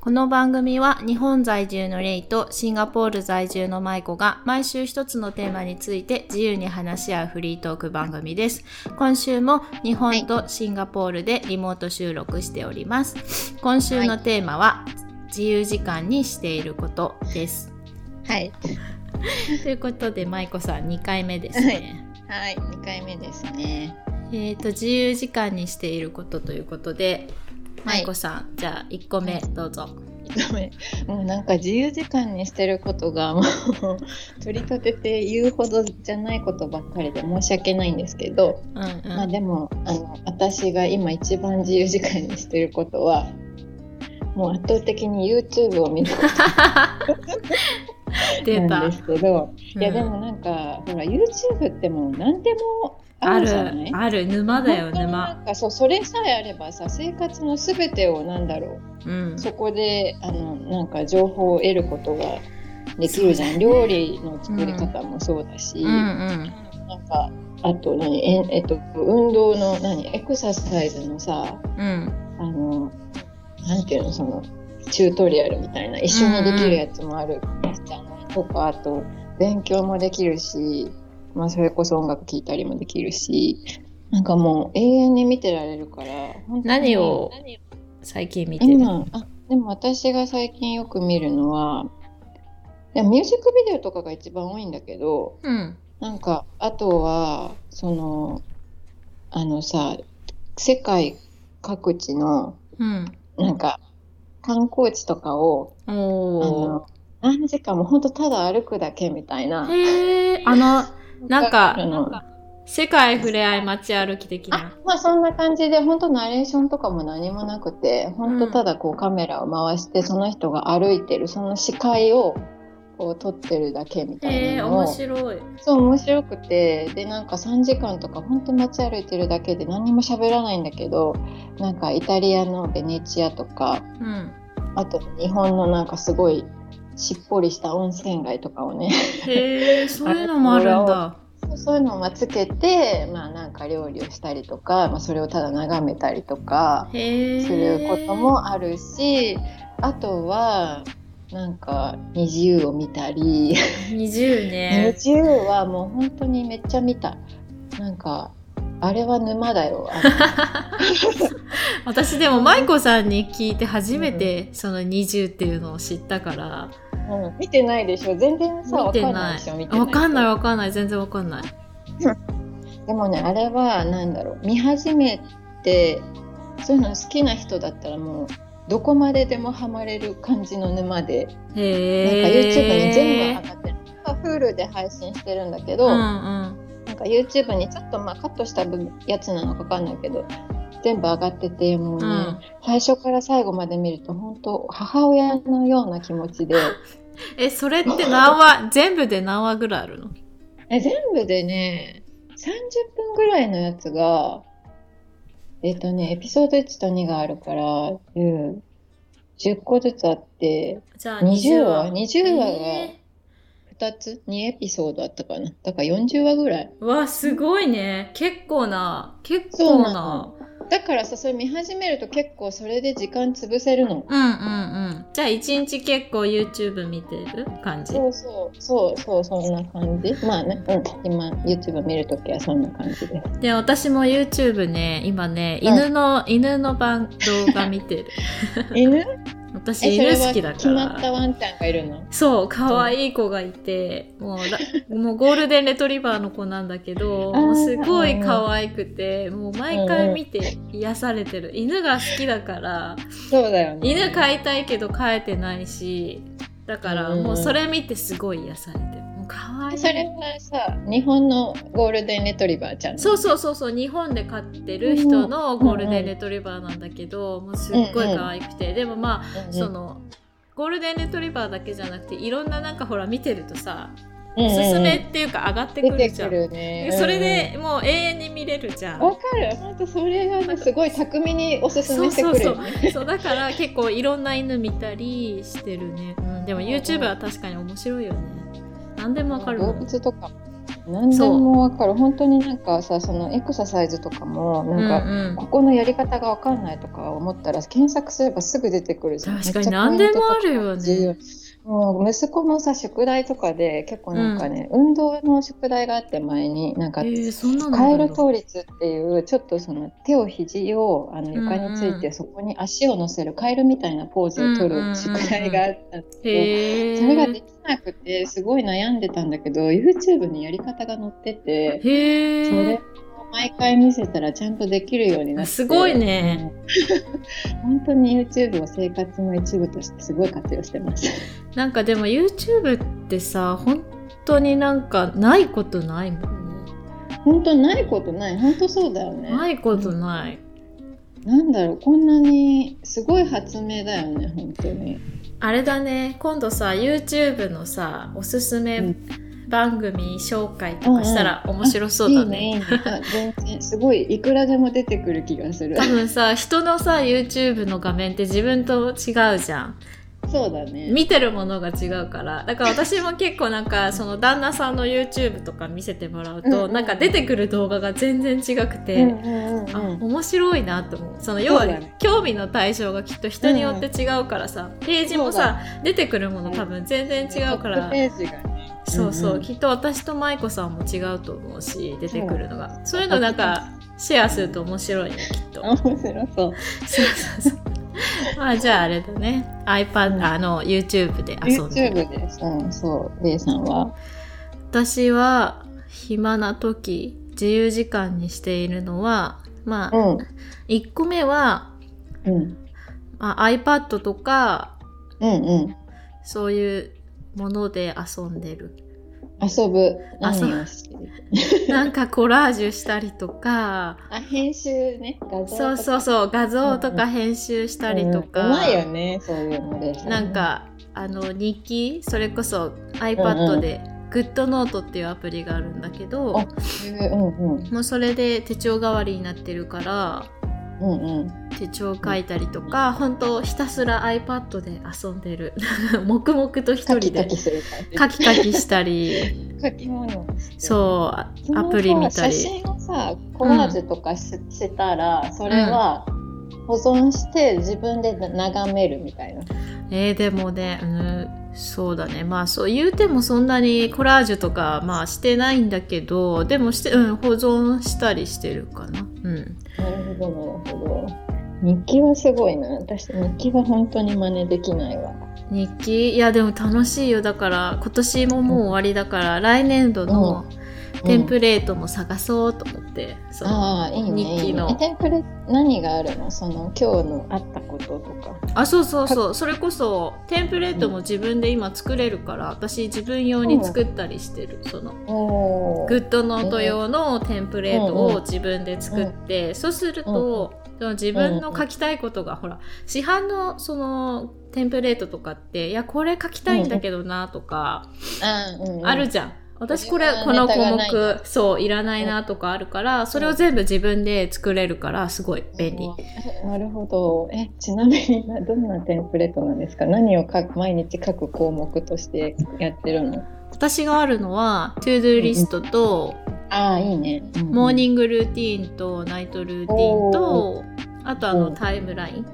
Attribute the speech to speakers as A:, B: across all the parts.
A: この番組は日本在住のレイとシンガポール在住のマイコが毎週一つのテーマについて自由に話し合うフリートーク番組です。今週も日本とシンガポールでリモート収録しております。今週のテーマは自由時間にしていることです。
B: はい。
A: ということでマイコさん2回目ですね。
B: はい。二回目ですね。
A: えっと自由時間にしていることということで、
B: は
A: マ
B: い
A: イコさんじゃあ1個目どうぞ。
B: ごめんもうなんか自由時間にしてることがもう取り立てて言うほどじゃないことばっかりで申し訳ないんですけど、
A: うんうん。
B: まあでもあの私が今一番自由時間にしてることはもう圧倒的に YouTube を見るこ
A: 出た。
B: となんですけど、いや
A: うん
B: でもなんかほら YouTube ってもう何でもあ
A: あ
B: るじゃない
A: るある沼だよ
B: 本当に
A: 沼
B: なんかそうそれさえあればさ生活のすべてをなんだろう
A: うん
B: そこであのなんか情報を得ることができるじゃん、料理の作り方もそうだし、
A: うんうん
B: なんかあと何ええっと運動の何エクササイズのさ
A: うん
B: あのなんていうのそのチュートリアルみたいな一緒にできるやつもあるじゃない、とかあと勉強もできるし、まあ、それこそ音楽聴いたりもできるしなんかもう永遠に見てられるから本当に
A: 何を最近見てる
B: 今あでも私が最近よく見るのはいやミュージックビデオとかが一番多いんだけど
A: うん
B: なんかあとはそのあのさ世界各地の
A: うん
B: なんか観光地とかをあ
A: お
B: の何時間も本当ただ歩くだけみたい
A: お
B: な
A: へえあのなんか
B: あの
A: 世界ふれあい街歩き的
B: あ
A: な
B: まあそんな感じで本当ナレーションとかも何もなくて本当ただこうカメラを回してその人が歩いてるその視界をこう撮ってるだけみたい
A: へえ
B: なのを
A: 面白い
B: そう面白くてでなんか3時間とか本当街歩いてるだけで何にも喋らないんだけどなんかイタリアのベネチアとか
A: うん
B: あと日本のなんかすごいしっぽりした温泉街とかをね
A: へえそういうのもあるんだ
B: そういうのをまあつけてまあなんか料理をしたりとか、まあ、それをただ眺めたりとか。
A: へえ
B: することもあるし、あとはなんか「二十を見たり
A: 20
B: 「二
A: ね
B: 十はもう本当にめっちゃ見たなんかあれは沼だよあ
A: 私でも舞子さんに聞いて初めてその20っていうのを知ったから
B: のうん見てないでしょ全然さ
A: 見
B: 分
A: て
B: かんな
A: な
B: いでしょ
A: い
B: 見てない
A: わかんないわかんない全然わかんない
B: でもねあれはなんだろう見始めてそういうの好きな人だったらもうどこまででもハマれる感じの沼で、なんか YouTube に全部
A: へえ
B: 上がってる。Hulu で配信してるんだけど、
A: うんうん
B: なんか YouTube にちょっとまあカットした部分やつなのかわかんないけど全部上がっててもうね、
A: うん
B: 最初から最後まで見ると本当母親のような気持 ちで
A: え、それって何話、全部で何話ぐらいあるの
B: え全部でね30分ぐらいのやつがえっ、とねエピソード1と2があるから、うん、10個ずつあって
A: じゃあ
B: 20話20話が
A: え
B: 2つ2エピソードあったかなだから40話ぐらい
A: ーわ、すごいね。結構な、結
B: そ
A: 構
B: うな
A: な
B: の。だからさそれ見始めると結構それで時間潰せるの
A: うんうんうん。じゃあ一日結構 YouTube 見てる感じ。
B: そうそうそうそうそんな感じまあね、うん、今 YouTube 見るときはそんな感じ で
A: で、私も YouTube ね、今ね、
B: うん
A: 犬の、犬の番動画見て る。
B: 犬
A: 私
B: えそれ
A: 犬
B: は
A: 好きだ
B: 決
A: か
B: まった
A: ら。
B: ワンちゃんがいるの
A: そう、可愛い子がいて、もうら、もうゴールデンレトリバーの子なんだけど、
B: あー
A: もうすごい可愛くて、もう毎回見て癒されてる。犬が好きだから、
B: そうだよね
A: 犬飼いたいけど飼えてないしだから
B: うん
A: もうそれ見てすごい癒されてるもう可愛い
B: それはさ日本のゴールデンレトリバーちゃん
A: そうそうそうそう日本で飼ってる人のゴールデンレトリバーなんだけど、もうすっごい可愛くて、でもまあ、
B: うん
A: そのゴールデンレトリバーだけじゃなくていろんななんかほら見てるとさ、
B: うんうん
A: おすすめっていうか上がって
B: 出
A: く
B: て
A: るじゃ
B: く
A: ん、
B: るね
A: でそれでもう永遠に見れるじゃん
B: うんわ、かる本当それがねすごい巧みにおすす
A: そう
B: めして
A: そう
B: くる
A: そ
B: よ
A: う
B: ね
A: そうだから結構いろんな犬見たりしてるね、うん、でも YouTube は確かに面白いよね何でもわかる
B: 動
A: もん
B: 物とか何でも分かる本当になんかさそのエクササイズとかもなんか、
A: うんうん
B: ここのやり方が分かんないとか思ったら検索すればすぐ出てくるじゃん
A: 確か
B: めっ
A: に
B: ちゃポイン
A: 何
B: トとか
A: でもあるよね
B: 重要もう息子もさ宿題とかで結構なんかね、運動の宿題があって前になんか
A: えー、そんなの
B: カエル
A: と
B: 倒立っていうちょっとその手を肘をあの床につい
A: うんう
B: てそこに足を乗せるカエルみたいなポーズを取る宿題があったんだけど
A: へ
B: それがで
A: ー
B: きなくてすごい悩んでたんだけど YouTube にやり方が載っててそ
A: へ
B: れ
A: え
B: を毎回見せたらちゃんとできるようになって
A: すごいね
B: うん 本当に YouTube を生活の一部としてすごい活用してます
A: なんかでも YouTube ってさ本当になんかないことないもんね
B: 本当ないことない本当そうだよね
A: ないことない
B: なんだろうこんなにすごい発明だよね本当に
A: あれだね今度さ YouTube のさおすす
B: う
A: め
B: ん
A: 番組紹介とかしたら面白そう
B: い
A: だ
B: い
A: ね
B: ねいいねあ全然すごいいくらでも出てくる気がする
A: 多分さ人のさ YouTube の画面って自分と違うじゃん
B: そうだね
A: 見てるものが違うからだから私も結構なんかその旦那さんの YouTube とか見せてもらうと、
B: うんうん
A: なんか出てくる動画が全然違くて、
B: うんうんうん
A: あ
B: うん
A: 面白いなと思うその要は
B: そうだね
A: 興味の対象がきっと人によって違うからさ、ページもさ出てくるもの多分全然違うか
B: トッ
A: ら
B: プページがね
A: そうそう、
B: うんうん
A: きっと私と舞子さんも違うと思うし出てくるのが、
B: うん
A: そういうのなんかシェアすると面白いねきっと。
B: 面白そう
A: そうそうそう。 まあじゃああれだね。iPad、
B: うん
A: あの YouTube で遊んでる。
B: YouTube ですうんそうレイさんは
A: 私は暇な時自由時間にしているのはまあ、
B: うん
A: 一1個目は、
B: うん
A: まあ、iPad とか
B: うんうん
A: そういうもので遊んで る。
B: 遊ぶ
A: 遊ぶ
B: 何をしてる
A: なんかコラージュしたりとか。
B: あ編集ね画像とか
A: そうそうそう画像と
B: うんう
A: か編集したりとか、
B: うんうまいよねそういうのレイさん
A: なんかあの日記それこそ iPad で GoodNote っていうアプリがあるんだけど、
B: あうんうん
A: もうそれで手帳代わりになってるから
B: うんうん
A: 手帳書いたりとか本当ひたすら iPad で遊んでる 黙々と一
B: カ
A: 人
B: キカ
A: で
B: キする感じ
A: カキカキした り
B: 書き物をしてる
A: そう
B: 昨
A: ア
B: 日さ
A: プリ見たり
B: 写真をさコラージュとかし,、したらそれは保存して自分で眺めるみたいな、
A: えーでもね、うん、そうだねまあそう言うてもそんなにコラージュとかまあしてないんだけどでもして、うん、保存したりしてるかなうん
B: なるほどなるほど日記はすごいな私日記は本当に真似できないわ
A: 日記いやでも楽しいよだから今年ももう終わりだから来年度の、テン
B: レ、
A: プレートも探そうと思って、そうあ
B: ああいいね
A: 日記の
B: いいねえテンプレ何があるのその今日のあったこととか
A: そうそうそうそれこそテンプレートも自分で今作れるから私自分用に作ったりしてるその
B: お
A: グ
B: ー
A: ッドノート用のテンプレート
B: うん
A: を
B: うん
A: 自分で作って、そうすると、その自分の書きたいことが、ほら市販のそのテンプレートとかっていやこれ書きたいんだけどなとか、
B: あー、うんうん
A: あるじゃん。私これ
B: 自
A: こ
B: 分は
A: の
B: ネ
A: 項
B: タがない
A: 目そういらないなとかあるからそれを全部自分で作れるからすごい便利。
B: えなるほどえちなみになどんなテンプレートなんですか何を書く毎日書く項目としてやってるの
A: 私があるのはトゥードゥーリストと、
B: ああいいね、
A: モー
B: ン
A: ニングルーティーンとナイトルーティーンとあとあ
B: う
A: の
B: ん
A: タイムライン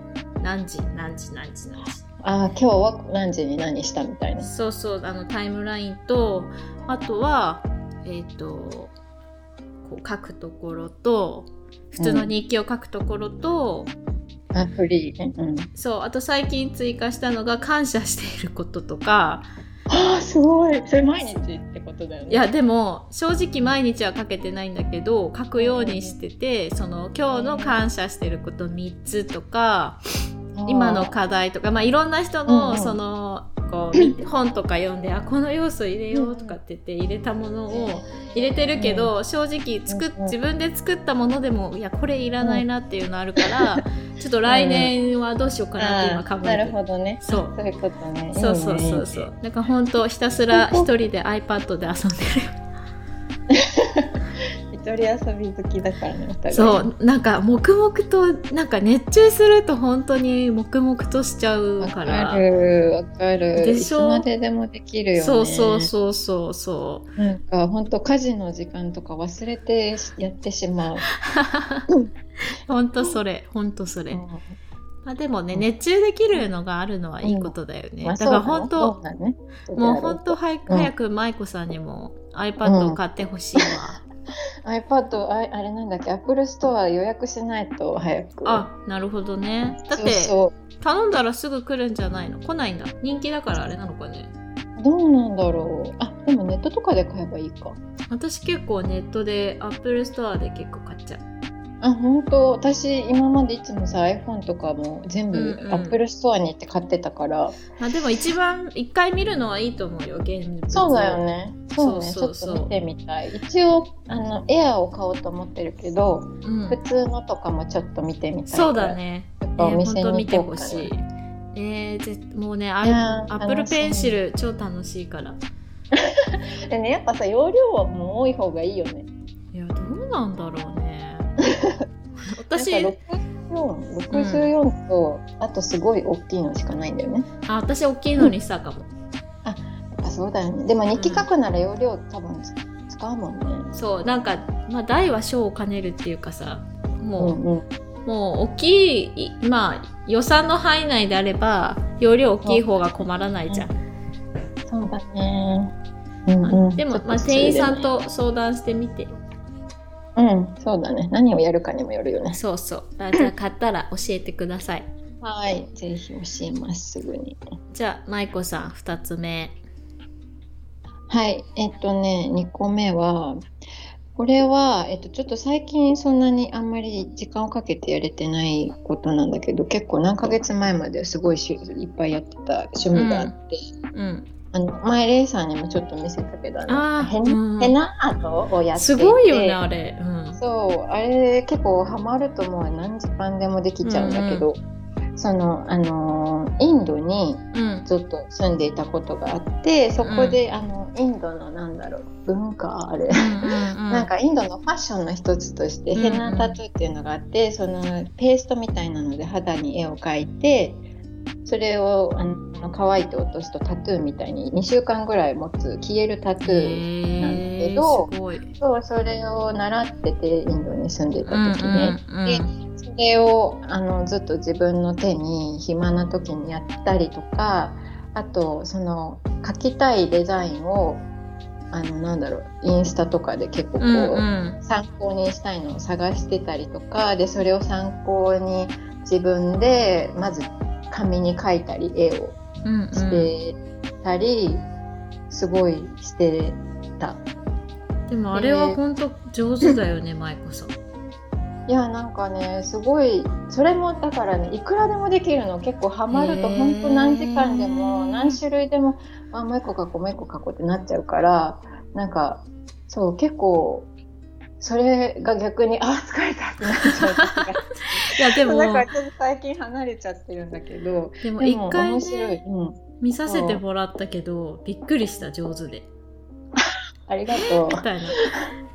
A: 何時何時何時何時
B: グああ今日は何時に何したみたいな
A: そうそうあのタイムラインとあとはえっ、とこう書くところと普通の日記を書くところと、
B: あフリーね、うん、
A: そうあと最近追加したのが感謝していることとか
B: ああすごいそれ毎日ってことだよね
A: いやでも正直毎日は書けてないんだけど書くようにしててその今日の感謝してること3つとか
B: あー
A: 今の課題とか、まあ、いろんな人
B: うん
A: の
B: うん
A: そのこう 見本とか読んであこの要素入れようとかって言って入れたものを入れてるけど正直作っ
B: うんうん
A: 自分で作ったものでもいやこれいらないなっていうのあるからちょっと来年はどうしようかなって今考
B: あー
A: え
B: な
A: て
B: るほどね
A: そう
B: そういうことね
A: そうそうそうそ
B: いいね
A: う。なんか本当ひたすら一人で iPad で遊んでる。
B: いいね人遊び好きだからね、お互い。
A: そうなんか黙々となんか熱中すると本当に黙々としちゃう
B: わ
A: か
B: からる、わかる。
A: でしょ
B: いつまででもできるよね。。
A: そうそうそうそうそう
B: なんか、本当家事の時間とか忘れてやってしまう。
A: う本当それ本当それ、
B: うん
A: まあでもね
B: うん
A: 熱中できるのがあるのはいいことだよね、
B: まあ
A: だから本当、
B: そうだねそうだね
A: もう本当はいう早く舞子さんにも iPad を買ってほしいわ、
B: iPad ああれなんだっけ Apple Store 予約しないと早く
A: あなるほどねだって
B: そう
A: 頼んだらすぐ来るんじゃないの来ないんだ人気だからあれなのかね
B: そうどうなんだろうあでもネットとかで買えばいいか
A: 私結構ネットで Apple Store で結構買っちゃう
B: あ本当私今までいつもさ iPhone とかも全部
A: うんうん
B: Apple Store に行って買ってたから、
A: まあでも一番一回見るのはいいと思うよ現物を
B: そうだよねそうね
A: そうそうそう
B: ちょっと見てみたい一応あの Air を買おうと思ってるけど、
A: うん
B: 普通のとかもちょっと見てみたいから
A: そうだね
B: やっ
A: え
B: ぱお
A: ー、本
B: 店
A: 当見
B: に
A: て
B: 行
A: ほ
B: こうかな
A: しいえー、ぜもうね
B: い
A: ア
B: やー
A: ップル
B: 楽しみ
A: ペンシル超楽しいから
B: でねやっぱさ容量はもう多い方がいいよね
A: いやどうなんだろう ね私
B: なんか64 64と、あとすごい大きいのしかないんだよね
A: あ私大きいのにしたかも、
B: あそうだよねでも日記書くなら容量多分つ使うもんね
A: そうなんかまあ大は小を兼ねるっていうかさ
B: う
A: も
B: んうん
A: う、もう大きいいまあ予算の範囲内であれば容量大きい方が困らないじゃん、
B: そうだねうんうん
A: で
B: ちょ
A: も
B: っ、と
A: まあ、店員さん
B: そ
A: と相談してみて
B: れでねうんそうだね何をやるかにもよるよね
A: そうそうあじゃあ買ったら教えてください
B: はいぜひ教えますすぐに
A: じゃあ舞子さん2つ目
B: はいえっとね2個目はこれは、えっと、ちょっと最近そんなにあんまり時間をかけてやれてないことなんだけど結構何ヶ月前まですごいしいっぱいやってた趣味があって、
A: うん
B: あの前レイさんにもちょっと見せたけど
A: あー
B: あのヘ
A: うん
B: ナヘナアートをやっていて
A: すごいよねあれうん
B: そうあれ結構ハマるともう何時間でもできちゃうんだけど、そのあのーインドに
A: うん
B: ずっと住んでいたことがあってそこで、あのインドのなんだろう文化あれ
A: な
B: なんかインドのファッションの一つとして
A: うん
B: ヘナタトゥーっていうのがあって、そのペーストみたいなので肌に絵を描いてそれをあの乾いて落とすとタトゥーみたいに2週間ぐらい持つ消えるタトゥー、なんだけど
A: すごい、うん
B: そうそれを習っててインドに住んでた時ね、
A: うんうん
B: それをあのずっと自分の手に暇な時にやったりとかあとその描きたいデザインをあのなんだろうインスタとかで結構こう、
A: うん
B: 参考にしたいのを探してたりとかでそれを参考に自分でまず紙に描いたり絵を
A: うんうん
B: してたり、すごいしてた。
A: でもあれは本当上手だよ ね、舞子さん。
B: いやなんかねすごいそれもだからねいくらでもできるの結構ハマると
A: へー
B: 本当何時間でも何種類でもあもう一個書こうもう一個書こうってなっちゃうからなんかそう結構それが逆にあ疲れたってなっちゃう時が
A: いや でも、
B: なんかちょっと最近離れちゃってるんだけど、
A: でも
B: で
A: 一
B: も
A: 回、
B: 面白い、
A: ね、
B: うん、
A: 見させてもらったけど、びっくりした、上手で。
B: ありがと
A: み たいな。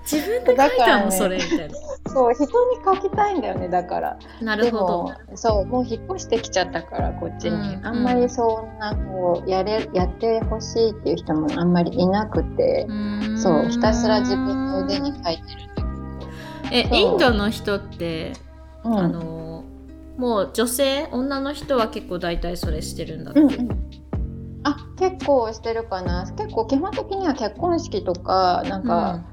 A: 自分で書い
B: だか
A: た
B: ら
A: の、
B: ね
A: それみたいな。
B: う。そう人に書きたいんだよねだから。
A: なる
B: で
A: ほ
B: も
A: ど。
B: そうもう引っ越してきちゃったからこっちに、
A: うん
B: あんまりそんなこうやれやってほしいっていう人もあんまりいなくて、
A: うーん
B: そうひたすら自分の腕に書いてる。
A: え
B: そう
A: インドの人って、
B: うん
A: あのもう女性女の人は結構大体それしてるんだっ
B: う
A: け、
B: んうんあ結構してるかな結構基本的には結婚式とかなんか、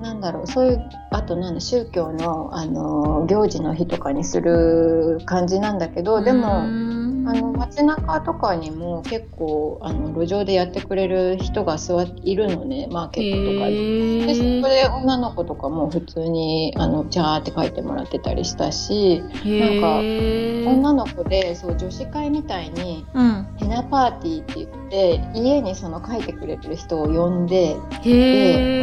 B: なんだろうそういうあとなんだ宗教のあの行事の日とかにする感じなんだけどで
A: うー
B: も
A: ん
B: あの街中とかにも結構あの路上でやってくれる人が座っているのねマーケットとか
A: へ
B: に。
A: ー
B: でそこで女の子とかも普通にあのジャーって書いてもらってたりしたし
A: へー
B: 女の子でそう女子会みたいに
A: うん、
B: ヘナパーティーって言って家にその書いてくれる人を呼んで
A: へ
B: で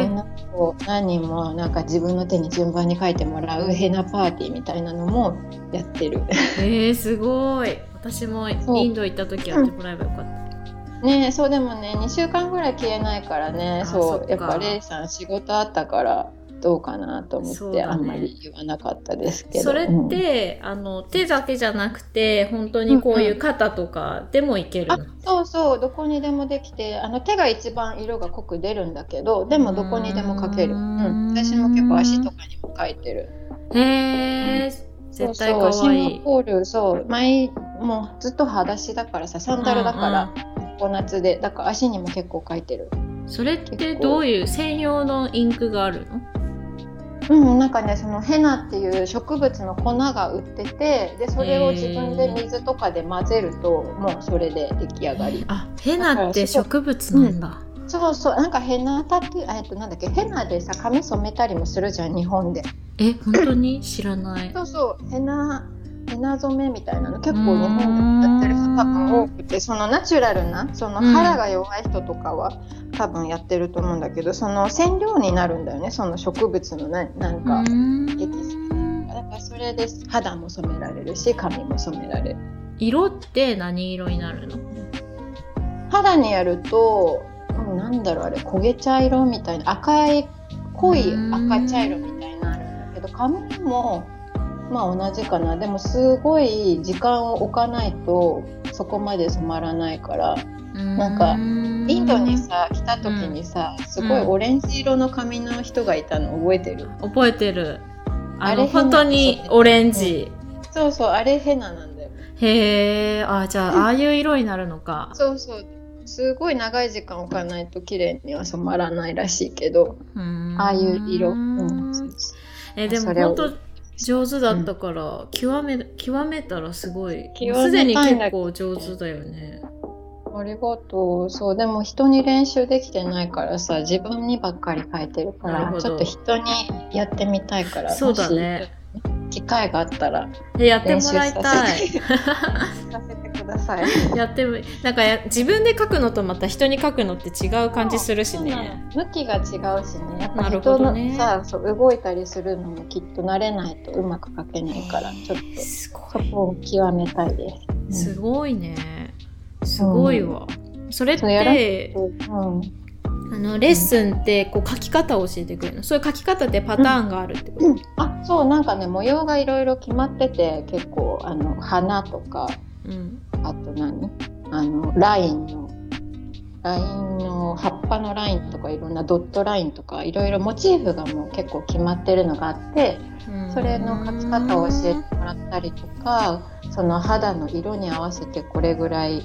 A: え、
B: 女の子何人もなんか自分の手に順番に書いてもらうヘナパーティーみたいなのもやってる
A: えー、すごい私も
B: そう
A: インド行った時やってもらえばよかった
B: ねえそうでもね2週間ぐらい消えないからね
A: あ
B: そ
A: そっ
B: う
A: か
B: やっぱレイさん仕事あったからどうかなと思
A: そ
B: っ
A: う
B: て、
A: だね
B: あんまり言わなかったですけど
A: それ
B: うん
A: って、あの手だけじゃなくて本当にこういう肩とかでもいけるの、
B: あそうそうどこにでもできてあの手が一番色が濃く出るんだけどでもどこにでも描ける、
A: う
B: う
A: ー
B: ん
A: ん
B: 私も結構足とかにも描いてる
A: へえ絶対可
B: そうそう
A: 愛
B: シン
A: い
B: ガポールそう前もうずっと裸足だからさサンダルだから、ココ夏でだから足にも結構描いてる
A: それってどういう専用のインクがあるの
B: うん、なんかねそのヘナっていう植物の粉が売っててでそれを自分で水とかで混ぜるともうそれで出来上がり
A: あヘナって植物なんだ
B: そうそうなんかヘナタトゥーあえっとなんだっけヘナでさ髪染めたりもするじゃん日本で
A: え本当に知らない
B: そうそうヘナヘナ染めみたいなの結構日本でやってる人多分多くてそのナチュラルなその
A: うん
B: 肌が弱い人とかは多分やってると思うんだけどその染料になるんだよねその植物のななんか。
A: うん
B: エキスだからそれです肌も染められるし髪も染められる
A: 色って何色になるの
B: 肌にやるとうんなんだろうあれ焦げ茶色みたいな赤い濃い赤茶色みたいなのあるんだけど髪もまあ同じかなでもすごい時間を置かないとそこまで染まらないから
A: なん
B: かインドにさ来た時にさすごいオレンジ色の髪の人がいたの覚えてる
A: 覚えてるあ
B: あ
A: の
B: れ
A: 本当にオレンジ、
B: そうそうあれヘナなんだよ
A: へえあじゃあああいう色になるのか
B: そうそう。すごい長い時間置かないと綺麗には染まらないらしいけど、
A: うーん
B: ああいう色。うん、
A: えでも
B: それ
A: 本
B: を
A: 当上手だったから、極め極めたらすごい
B: 極めたいんだ
A: すでに結構上手だよね
B: ありがとう。そう、でも人に練習できてないからさ、自分にばっかり書いてるか
A: なるほ
B: ら、
A: ど
B: ちょっと人にやってみたいから、
A: そうだね
B: もし機会があったら
A: えやって
B: 練
A: も
B: 習
A: らいた
B: さ
A: い
B: せてさせてください。
A: やってもなんかや自分で書くのとまた人に書くのって違う感じするし
B: そうな
A: ね
B: の。向きが違うしね。やっぱ
A: なるほ
B: 人
A: ど
B: の、
A: ね
B: さそう、動いたりするのもきっと慣れないとうまく書けないから、ちょっ
A: すご
B: とそこを極めたいです。
A: すごいねすごいわ、それっ
B: そうやらな
A: て
B: うん
A: あのレッスンってこう書き方を教えてくれるのそういう書き方ってパターンがあるってこと、
B: あそうなんかね模様がいろいろ決まってて結構あの花とか
A: うん
B: あと何あのラインのラインの葉っぱのラインとかいろんなドットラインとかいろいろモチーフがもう結構決まってるのがあってそれの描き方を教えてもらったりとかその肌の色に合わせてこれぐらい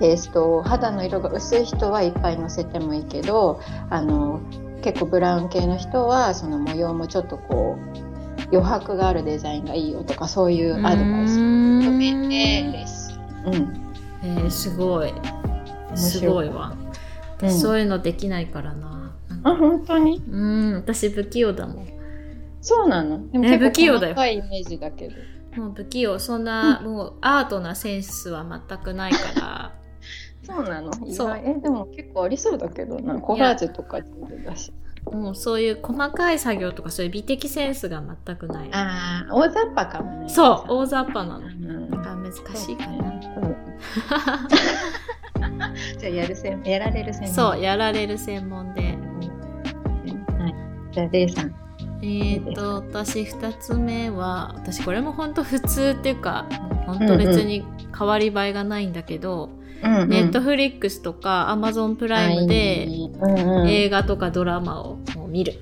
B: ペーストを肌の色が薄い人はいっぱいのせてもいいけどあの結構ブラウン系の人はその模様もちょっとこう余白があるデザインがいいよとかそういうアドバイスを
A: 止
B: 含めてです。うん、
A: えー、すごいすごいわ、
B: うん
A: そういうのできないからななんか
B: あ本当に
A: うん私不器用だもん
B: そうなのでも
A: え
B: 結構
A: 不器用だよ
B: 細かいイメージだけど
A: もう不器用そんな、もうアートなセンスは全くないから
B: そうなの意
A: そう
B: 外えでも結構ありそうだけどなコラージュとか上手だし
A: もうそういう細かい作業とかそういう美的センスが全くない
B: ああ大雑把かもね
A: そう大雑把なの
B: うん
A: あ難しいかな
B: じゃあやるせん やられる専
A: そうやられる専門で
B: はい。じゃあレイさん。
A: えっ、と私2つ目は私これも本当普通っていうかもう本当別に変わり映えがないんだけど、
B: うん、
A: ネットフリックスとかアマゾンプライムで
B: うんうん、
A: 映画とかドラマをもう見る。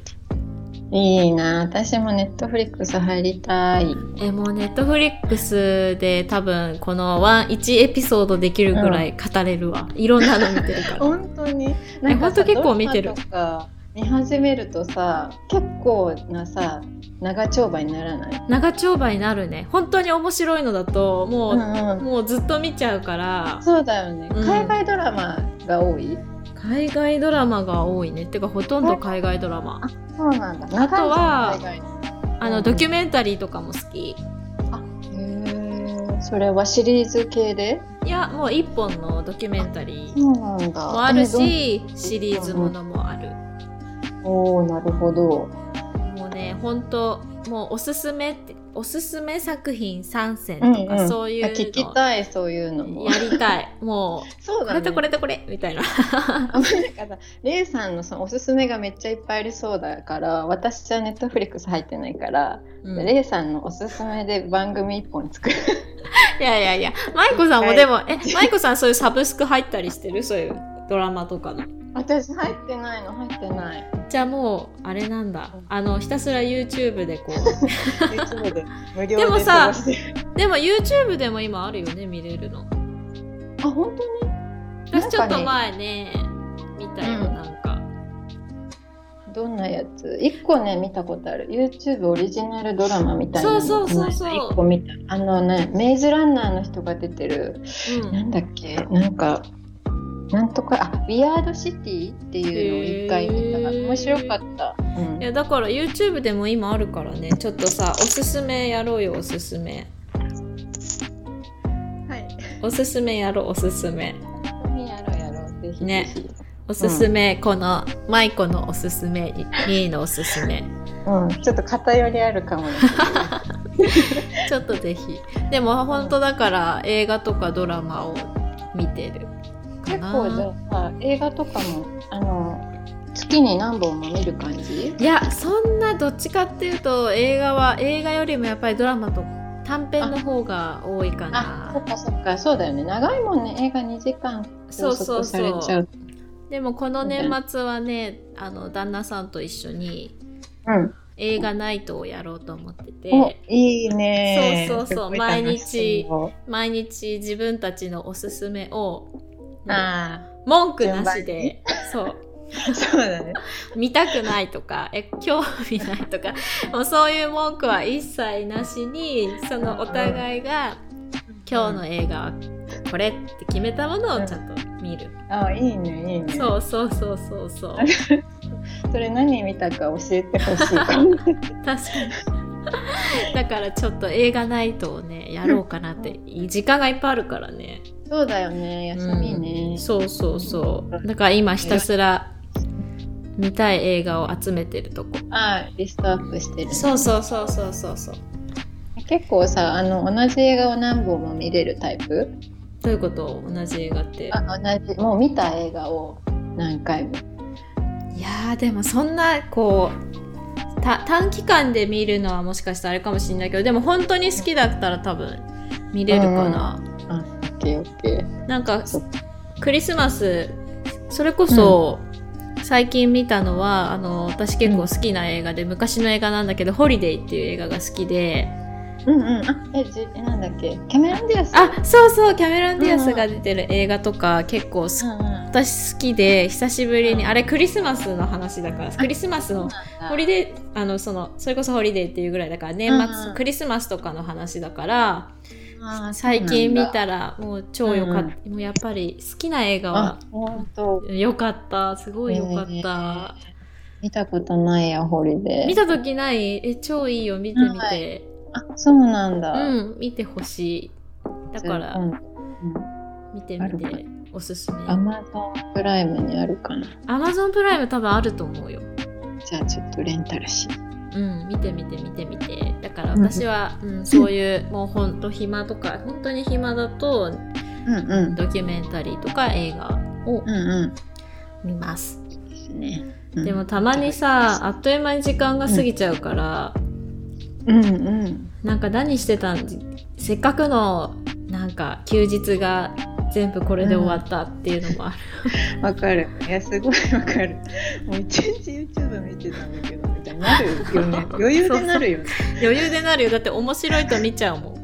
B: いいな。私もネットフリックス入りたい。
A: えもうネットフリックスで多分この1エピソードできるぐらい語れるわ。いろんなの見てるから。
B: 本当に。
A: 本当結構見てる
B: ドラマとか見始めるとさ、結構なさ、長丁場にならない。
A: 長丁場になるね。本当に面白いのだともう、
B: んん。
A: もうずっと見ちゃうから
B: そうだよね。
A: うん
B: 海外ドラマが多い。
A: 海外ドラマが多いね。てかほとんど海外ドラマ。
B: そうなんだ。
A: あとは
B: 長いじゃん海外の
A: あのドキュメンタリーとかも好き。
B: へーそれはシリーズ系で。
A: いやもう1本のドキュメンタリー
B: そうなんだ。
A: もある
B: え。
A: しシリーズものもある。
B: どんおお、なるほど。
A: もうね、本当もうおすすめっておすすめ作品3選とか、そういう
B: あ聞き
A: の
B: たい、そういうのも。
A: やりたい。もう、
B: そう
A: こ
B: だ
A: れ
B: ね。
A: とこれとこれみたいな。
B: あんまりなんかさ、レイさんのそのおすすめがめっちゃいっぱいありそうだから、私はネットフリックス入ってないから、
A: うんい
B: レイさんのおすすめで番組一本作る。
A: やいやいや、マイコさんも
B: はい
A: でも、え、マイコさんそういうサブスク入ったりしてるそういうドラマとかの。
B: 私入ってないの、入ってない。
A: じゃあもう、あれなんだ。あの、ひたすら YouTube でこう。
B: YouTube で無料
A: でもさ
B: 過ごしてる
A: でも YouTube でも今あるよね、見れるの。
B: あ、本当に
A: 私ちょっと前ね、見たよ、
B: うん
A: なんか。
B: どんなやつ一個ね見たことある YouTube オリジナルドラマみたいなの
A: そうそうそうそう
B: この間一個見たあのねメイズランナーの人が出てる
A: うん
B: なんだっけなんかなんとかあ「ビアードシティ」っていうのを一回見たから
A: へー
B: 面白かった、うん
A: いやだから YouTube でも今あるからねちょっとさおすすめやろうよおすすめ
B: はい
A: おすすめやろうおすすめ
B: やろうやろうぜひぜひ
A: ねおすすめ、このマイコのおすすめミーのおすすめ
B: うん、ちょっと偏りあ るかもですけど
A: ちょっとぜひでも本当だから映画とかドラマを見てるか
B: 結
A: な
B: 構じゃあさ映画とかもあの月に何本も見る感じ
A: いやそんなどっちかっていうと映画は映画よりもやっぱりドラマと短編の方が多いか
B: あ、そっ
A: な
B: かそっか、そうだよね。長いもんね、映画2時間
A: そうそう
B: さ
A: そ
B: れ
A: う
B: ちゃう。
A: でもこの年末はねあの旦那さんと一緒に
B: うん。
A: 映画ナイトをやろうと思ってて、
B: お、いいね。
A: そうそうそう
B: すごい楽しそう。
A: 毎日自分たちのおすすめを
B: あ
A: 文句なしでそう
B: あ、そうだね。
A: 見たくないとかえ興味ないとかもうそういう文句は一切なしにそのお互いが今日の映画はこれって決めたものをちゃんと見る、
B: あ、いいね、いいね。
A: そうそうそうそうそう
B: それ何見たか教えてほしいかも。
A: 確かにだからちょっと映画ナイトをねやろうかなって時間がいっぱいあるからね
B: そうだよね、休みね。
A: そうそうそうう。だから今ひたすら見たい映画を集めてるとこ。
B: ああ、リストアップしてる、ね。
A: そうそうそうそうそうそう。
B: 結構さ、あの、同じ映画を何本も見れるタイプ
A: どういうこと同じ映画って。
B: あ、同じ、もう見た映画を何回も。
A: いやーでもそんなこうた短期間で見るのはもしかしたらあれかもしれないけどでも本当に好きだったら多分見れるかな。
B: あ、オッケーオッケー。
A: なんか
B: そう
A: クリスマスそれこそ、最近見たのはあの私結構好きな映画で、昔の映画なんだけど「ホリデイ」っていう映画が好きで、
B: うんうん。あ、え、じえなんだっけキャメロン・ディアス
A: あそうそうキャメロン・ディアスが出てる映画とか結構す、
B: うんうん
A: 私好きで久しぶりにあれクリスマスの話だからクリスマスのホリデーあのそのそれこそホリデーっていうぐらいだから年
B: うんう
A: 末
B: ん
A: クリスマスとかの話だから
B: あー
A: 最近見
B: そう
A: たらもう超良かった、もうやっぱり好きな映画
B: なんだあ
A: は
B: 本当
A: 良かったすごい良かった、
B: 見たことないやホリデー
A: 見た時ないえ超いいよ見てみて、
B: あそうなんだ、
A: うん見てほしいだから
B: うんうん、
A: 見て
B: ある
A: み
B: かな
A: ておすすめ
B: アマゾンプライムにあるかな
A: アマゾンプライム多分あると思うよ。
B: じゃあちょっとレンタルし
A: うん、見て見て見て見て。だから
B: うん
A: 私は、うん、そういう、もうほんと暇とか、本当に暇だと、
B: うんうん
A: ドキュメンタリーとか映画を
B: うんうん
A: 見ます。
B: ですね、うん
A: でもたまにさ、あっという間に時間が過ぎちゃうから、
B: うんうん
A: なんか何してたんせっかくの、なんか休日が全部これで終わったっていうのもある。
B: わかるいやすごいわかるもう一日 YouTube 見てたんだけどみたいに なるよね余裕でなるよね
A: 余裕でなるよ。だって面白いと見ちゃうもん。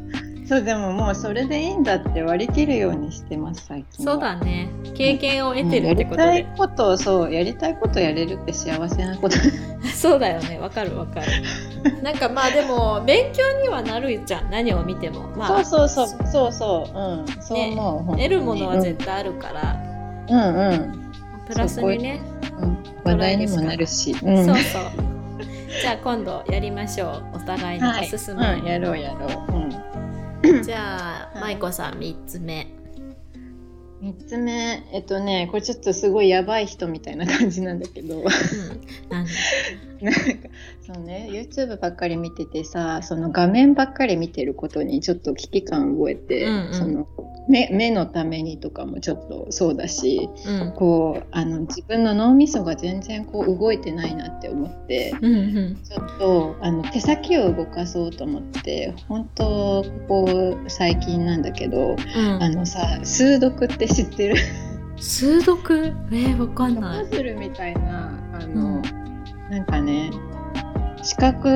B: そうでももうそれでいいんだって割り切るようにしてます最近は
A: そうだね。経験を得てる
B: や
A: って
B: り
A: こと
B: たい
A: で。
B: ことをそうやりたいことやれるって幸せなこと
A: そうだよねわかるわかるなんかまあでも勉強にはなるじゃん何を見てもまあ
B: そうそうそうそうそううんそう思う、本当に
A: 得るものは絶対あるから、
B: うんうん
A: プラスにね
B: うん、うん、話題にもなるし、う
A: そ
B: ん、
A: うそうじゃあ今度やりましょうお互いのおすすめ、
B: はいうん、やろうやろう、うん、
A: じゃあ
B: はい
A: 舞子さん3つ目
B: 3つ目えっとねこれちょっとすごいやばい人みたいな感じなんだけ
A: う
B: ど
A: ん何
B: なんかそうね YouTube ばっかり見ててさその画面ばっかり見てることにちょっと危機感覚えて、
A: うんうん
B: その目目のためにとかもちょっとそうだし
A: うん
B: こうあの自分の脳みそが全然こう動いてないなって思って。
A: うんうん
B: ちょっとあの手先を動かそうと思って本当ここ最近なんだけど
A: うん
B: あのさ数読って知ってる
A: 数読えー、わかんな
B: パ
A: い。
B: ズルみたいなあ
A: う
B: の、
A: ん
B: なんかね四角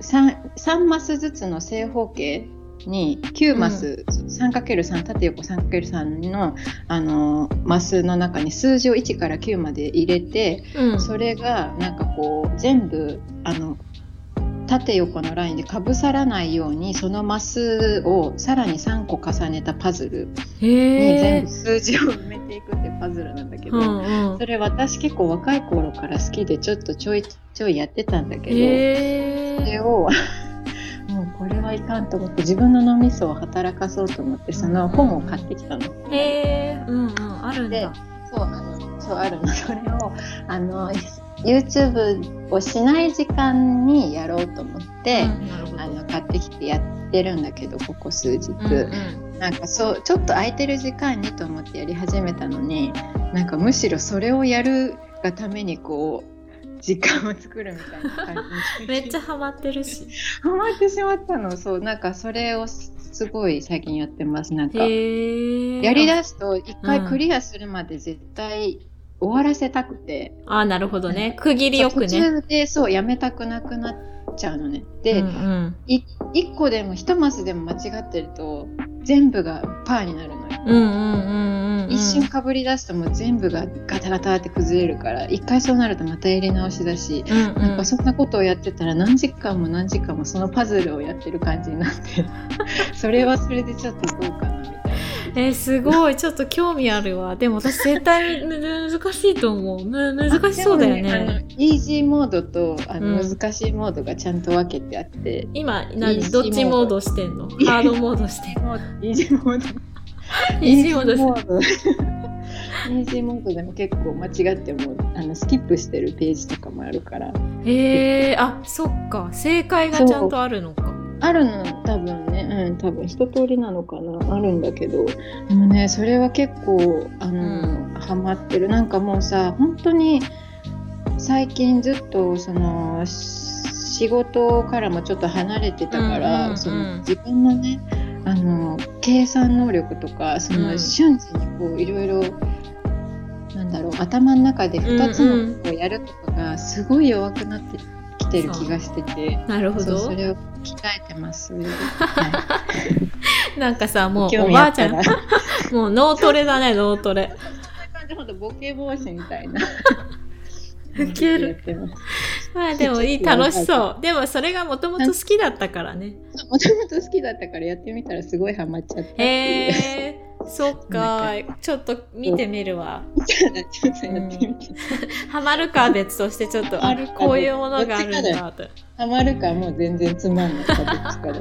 B: 3, 三マスずつの正方形に9マス、3×3 縦横 3×3 のあのマスの中に数字を1から9まで入れて、
A: うん
B: それがなんかこう全部あの縦横のラインでかぶさらないようにそのマスをさらに3個重ねたパズルに
A: へ
B: 全
A: え
B: 部。数字を埋めていくってパズルなんだけど、
A: うんうん
B: そ。れ私結構若い頃から好きでちょっとちょいちょいやってたんだけど、
A: へ
B: そ
A: え。
B: れを もうこれはいかんと思って自分の脳みそを働かそうと思ってその本を買ってきたの。
A: へえ。うんうんあるんだ。
B: そうあのそうあるの それをあの YouTube をしない時間にやろうと思って。
A: うんなるほど
B: あの買ってきてやってるんだけどここ数日、
A: うんうん
B: なんかそうちょっと空いてる時間にと思ってやり始めたのになんかむしろそれをやるがためにこう時間を作るみたいな感じに
A: めっちゃハマってるし。
B: ハマってしまったのそうなんかそれをすすごい最近やってますなんか
A: へえ。
B: やりだすと一回
A: うん
B: クリアするまで絶対終わらせたくて、
A: あなるほどね。区切りよく
B: そう
A: ね。
B: 途中でそうやめたくなくなっちゃうのねで、
A: うんうん
B: い一個でも一マスでも間違ってると全部がパーになるのよ。
A: うんうんうんうん。
B: 一瞬。かぶり出すともう全部がガタガタって崩れるから一回そうなるとまた入れ直しだし、
A: うんう
B: なん
A: ん
B: か。そんなことをやってたら何時間も何時間もそのパズルをやってる感じになって それはそれでちょっとどうかなみたいな。
A: えー、すごいちょっと興味あるわでも私絶対む難しいと思うむ難しそうだよね
B: でもあのイージーモードとあ
A: う
B: の
A: ん
B: 難しいモードがちゃんと分けてあって、
A: 今
B: イー
A: 何
B: ジー
A: どっちモードしてんのハードモードしてんの
B: イージーモード
A: イージーモードして
B: イージーモードイージーモードでも結構間違ってもあのスキップしてるページとかもあるから
A: へえー、あそっか正解がちゃんとあるのか
B: あるの多分ねうん多分一通りなのかなあるんだけどでもねそれは結構あの、ハマってるなんかもうさ本当に最近ずっとそのし仕事からもちょっと離れてたから、
A: うんうんうん
B: その自分のねあの計算能力とかそうの
A: ん
B: 瞬時にこういろいろなんだろう頭の中で2つのことをやるとかがすごい弱くなってきてる気がしてて。
A: なるほ
B: そう
A: ど
B: それを鍛えて ます。
A: なんかさもう
B: 興
A: お
B: 味あ
A: ば
B: っ
A: あちゃ
B: たら
A: んもう脳トレだね脳トレ
B: ほんとボケ防止みたいな。
A: ウケる
B: やってます。
A: まあでもいい
B: ちょっと
A: 楽し そうでもそれがもともと好きだったからね
B: もともと好きだったからやってみたらすごいハマっちゃったって
A: へ
B: いう。
A: えー、そっかちょっと見てみるわ
B: ちょっとやってみて。
A: ハマるかは別としてちょっと
B: ハ
A: あ
B: マるか
A: こういうものがあるん
B: どっち
A: だと
B: ハマるかもう全然つまんないかどっちかで。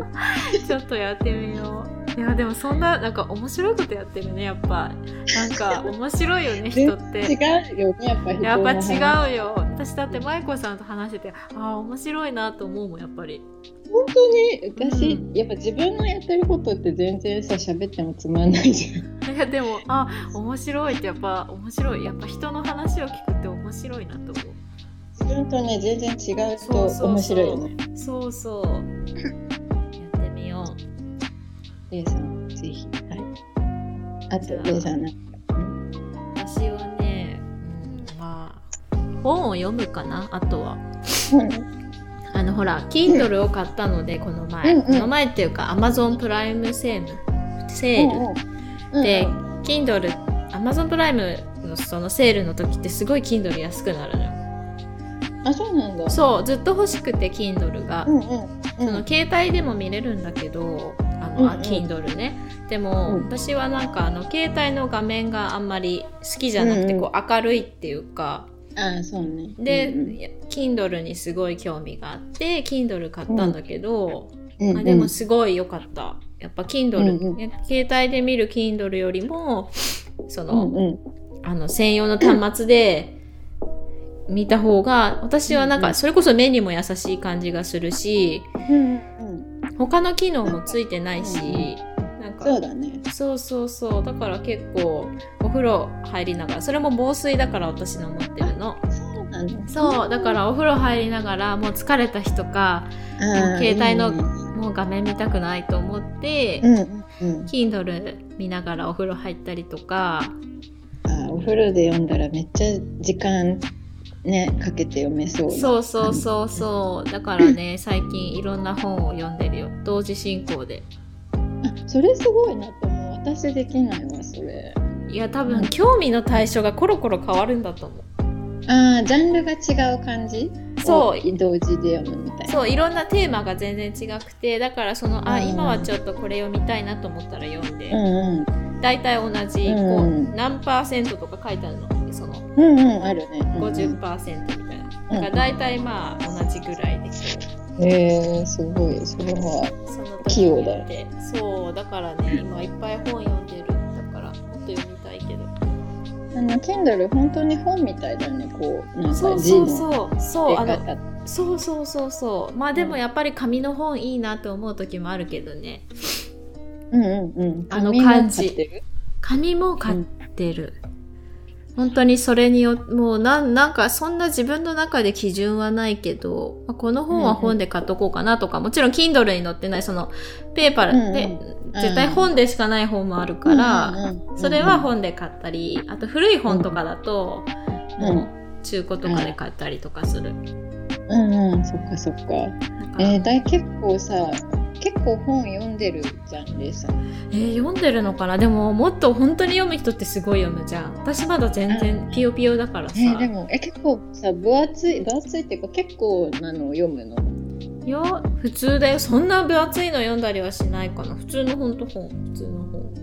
A: ちょっとやってみよういやでもそんななんか面白いことやってるねやっぱなんか面白いよね人って
B: 違うよねやっぱ人の
A: やっぱ違うよ私だって舞子さんと話しててああ面白いなと思うもんやっぱり
B: 本当に私、
A: うん
B: やっぱ自分のやってることって全然さ喋ってもつまんないじゃん。
A: いやでもあ面白いってやっぱ面白いやっぱ人の話を聞くって面白いなと思う
B: 自分とね全然違うと
A: そうそうそう
B: 面白いよね。
A: そうそうやってみよう
B: レイさんぜひはい。あとレイさんなんか
A: 私はね、うん、まあ本を読むかなあとは
B: 本
A: あのほら Kindle を買ったのでこの前、
B: うんうん
A: この前っていうか Amazon プライムセールセール、
B: うんうん
A: で
B: うん
A: Kindle Amazon プライムのそのセールの時ってすごい Kindle 安くなるのよ
B: あそうなんだ
A: そうずっと欲しくて Kindle が、
B: うんうんう
A: その
B: ん
A: 携帯でも見れるんだけどあの、
B: うんうん
A: あ Kindle ねでも、
B: うん
A: 私はなんかあの携帯の画面があんまり好きじゃなくて、
B: うんうん
A: こう明るいっていうか
B: あそうね
A: で、
B: うん
A: Kindle にすごい興味があって Kindle 買ったんだけど、
B: うんうん
A: あでもすごい良かったやっぱ Kindle、
B: うんうん
A: ね携帯で見る Kindle よりもそうの,、
B: んうん
A: あの専用の端末で見た方が私はなん
B: うんう
A: か
B: ん
A: それこそ目にも優しい感じがするし
B: うんうん、
A: 他の機能もついてないしなん
B: そう
A: か
B: だね。
A: そうそうそうだから結構お風呂入りながらそれも防水だから私の持ってるの
B: そうなんだ。
A: そうだからお風呂入りながらもう疲れた日とか
B: うん
A: 携帯の
B: うん
A: もう画面見たくないと思って、
B: うんうん。
A: Kindle 見ながらお風呂入ったりとか
B: あお風呂で読んだらめっちゃ時間ねかけて読めそうな。
A: そうそうそうそうだからね最近いろんな本を読んでるよ同時進行で
B: あそれすごいなと思う。私できないわそれ。
A: いや多分興味の対象がコロコロ変わるんだと思
B: あージャンルが違う感じ。
A: うそう
B: を同時で読むみたいな。
A: そういろんなテーマが全然違くてだからそのあ
B: うん
A: 今はちょっとこれ読みたいなと思ったら読んで、
B: うんうん
A: 大体同じこう、
B: うん
A: 何パーセントとか書いてあるのその
B: うんうんあるね。うん
A: 50%みたいなだ
B: う
A: か
B: ん
A: ら大体まあ同じぐらいで
B: へえすごいそれは。
A: その時
B: 器用だ
A: によってそうだからね今いっぱい本読んでるだからもっと読みたいけど
B: あの Kindle 本当に本みたいだねこうなん
A: そ
B: か
A: う
B: 字
A: そう
B: の
A: そうそう
B: 出
A: あの
B: 方。
A: そうそうそうそうまあでもやっぱり紙の本いいなと思う時もあるけどね
B: うんうんうん。
A: あの
B: 紙も
A: 感じ
B: 買ってる
A: 紙も買ってる、本当にそれによもうなんなんかそんな自分の中で基準はないけどまあこの本は本で買っとこうかなとか、もちろん Kindle に載ってないそのペーパー、
B: うんうん
A: ペ絶対本でしかない本もあるから、
B: うんうんうん
A: それは本で買ったりあと古い本とかだと、
B: うん
A: もう中古とかで買ったりとかする、
B: うんうんそっかそっか。
A: なんか
B: え
A: え
B: ー、だい結構さ結構本読んでるじゃんレイさん。
A: ー読んでるのかなでももっと本当に読む人ってすごい読むじゃん私まだ全然ピヨピヨだからさ、
B: えー、でもえ結構さ分厚い分厚いっていうか結構なのを読むの。
A: いや普通だよそんな分厚いの読んだりはしないかな普通の本と本普通の本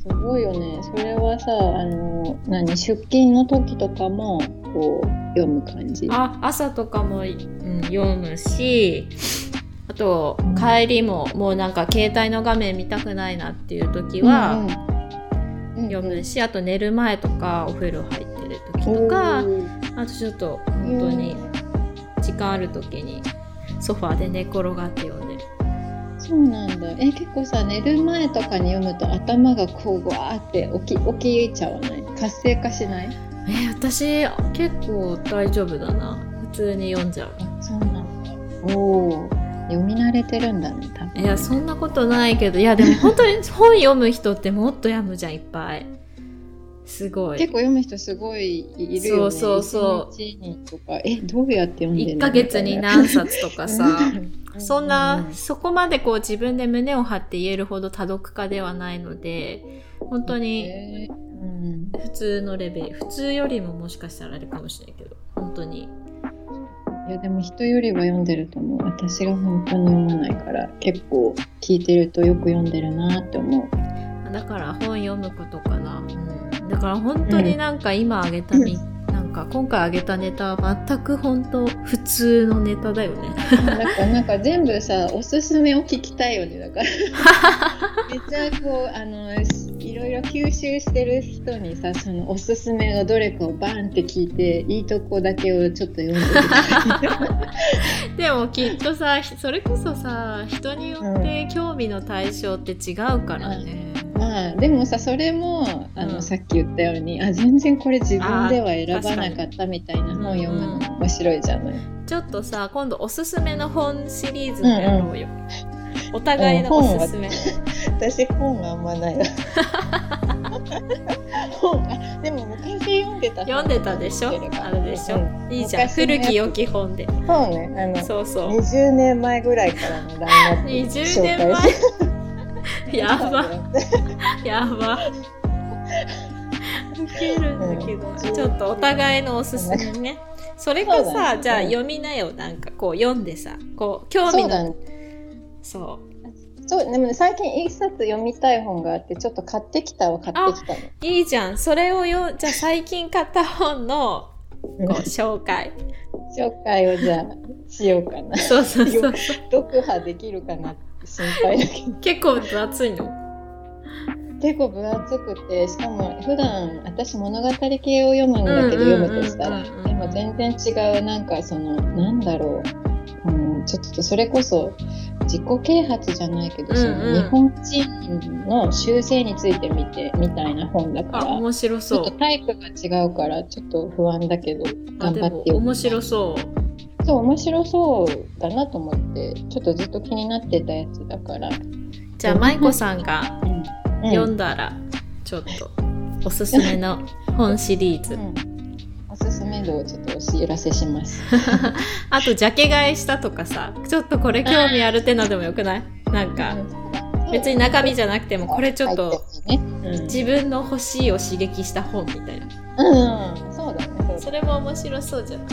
B: すごいよね。それはさあの何出勤の時とかもこう読む感じ。
A: あ朝とかも、うん、読むしあと帰りももうなんか携帯の画面見たくないなっていう時は、
B: うんうん、
A: 読
B: うんうん
A: むしあと寝る前とかお風呂入ってる時とか
B: おー
A: あとちょっと本当に時間ある時にソファーで寝転がって読んでる
B: そうなんだえ結構さ寝る前とかに読むと頭がこうわーって起き起きちゃわない活性化しない
A: えー私結構大丈夫だな普通に読んじゃう
B: そうなんだおお読み慣れてるんだね多分
A: いやそんなことないけどいやでも本当に本読む人ってもっと読むじゃんいっぱいすご
B: 結
A: い
B: 構読む人すごいいるよ
A: そ
B: ね。
A: うそうそう
B: 1日にとか、え、どうやって読んでる
A: 1ヶ月に何冊とかさ そんな
B: う
A: そこまでこう自分で胸を張って言えるほど多読家ではないので本当に
B: えーうん
A: 普通のレベル普通よりももしかしたらあれかもしれないけど本当に
B: いやでも人よりは読んでると思う私が本当に読まないから結構聞いてるとよく読んでるなって思う
A: だから本読むことかな、うん、だから本当になんか今あげたみ、なんか今回あげたネタは全く本当普通のネタだよね
B: なんかなんか全部さおすすめを聞きたいよねだ からめっちゃこうあのいろいろ吸収してる人にさそのおすすめのどれかをバーンって聞いていいとこだけをちょっと読んでみた い
A: でもきっとさそれこそさ人によって興味の対象って違うからね、
B: まあでもさそれもあの、
A: うん
B: さっき言ったようにあ全然これ自分では選ばなかったみたいな本読むのも面白いじゃない、
A: ちょっとさ今度おすすめの本シリーズもやろうよ、お互いのおすすめ、
B: 私本があんまない わ本あでも昔読んでた
A: 読んでたでしょあれでしょいいじゃん
B: 昔の
A: 古
B: やつ
A: き良き本で
B: そうねあ
A: そうそう
B: の20年前ぐらいからのラインナップ
A: 20年
B: 紹介し
A: 前やば やばウケるんだけど、
B: うん
A: ちょっとお互いのおすすめねそれか
B: そう
A: さ、
B: だね
A: じゃあ読みなよなんかこう読んでさこう興
B: そ
A: 味
B: うだ
A: の
B: ね
A: そう
B: そうでもね最近一冊読みたい本があってちょっと買ってきたは買ってきたの
A: いいじゃんそれをよじゃあ最近買った本の
B: うん
A: こう紹介
B: 紹介をじゃあしようかな
A: そうそうそう
B: 読破できるかなって心配だけど
A: 結構分厚いの
B: 結構分厚くてしかも普段私物語系を読むんだけど読むとしたら
A: うんうんうんうん
B: でも全然違うなんかそのなんだろう、うん、ちょっとそれこそ自己啓発じゃないけど、そ
A: うんう
B: の
A: ん
B: 日本人の習性について見てみたいな本だか
A: あ
B: ら
A: 面白
B: ちょっ
A: そ
B: とタイプが違うからちょっと不安だけど
A: うあ
B: 頑
A: で
B: 張って
A: も
B: 読む
A: 面白そう
B: そう面白そうだなと思ってちょっとずっと気になってたやつだから、う
A: じゃあ舞子さんが
B: ん
A: 読んだらちょっとおすすめの本シリーズ
B: うんおすすめ度をちょっとお知らせします。
A: あとジャケ買いしたとかさちょっとこれ興味あるってのでもよくないなんか別に中身じゃなくてもこれちょっと
B: 入ってるね、
A: 自分の欲しいを刺激した本みたいな
B: うん、うん、そうだね。そうだね
A: それも面白そうじゃない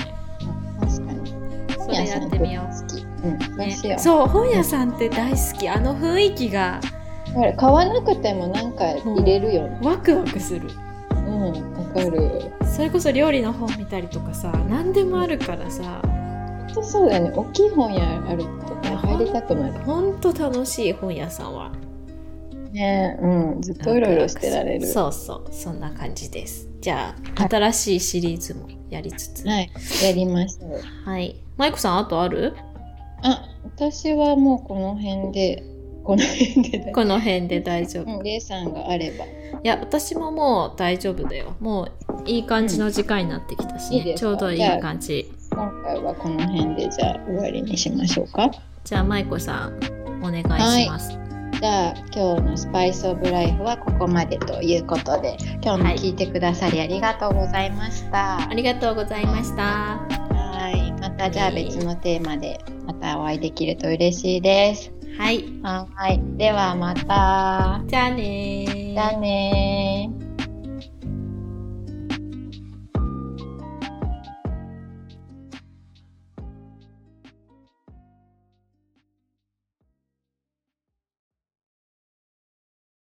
B: 確かに。
A: それやってみよう
B: 好き。うん、そうしよ
A: ね、
B: う。
A: そう本屋さんって大好きあの雰囲気が
B: だから買わなくてもなんか入れるよね。
A: ワクワクする
B: うん、わかる。
A: それこそ料理の本見たりとかさ何でもあるからさ
B: 本当そうだよね。大きい本屋あるとね入りたくなる。
A: ほんと楽しい本屋さんは
B: ね、うん、ずっとうろうろしてられる。
A: そうそうそんな感じですじゃあ、
B: はい
A: 新しいシリーズもやりつつ
B: はい、やりました。
A: はい舞子さんあとある
B: あ、私はもうこの辺で、この辺でだ。
A: この辺で大丈夫
B: うん、レイさんがあれば。
A: いや私ももう大丈夫だよもういい感じの時間になってきたし、ね
B: うんいいです
A: ち
B: か
A: ょうどいい感じ
B: 今回はこの辺でじゃあ終わりにしましょうか
A: じゃあ舞子さんお願いします、
B: じゃあ今日の「スパイス・オブ・ライフ」はここまでということで今日も聞いてくださりありがとうございました、
A: ありがとうございました
B: はいまたじゃあ別のテーマでまたお会いできると嬉しいです
A: はい
B: はいではまた
A: じゃあねー
B: じゃあねー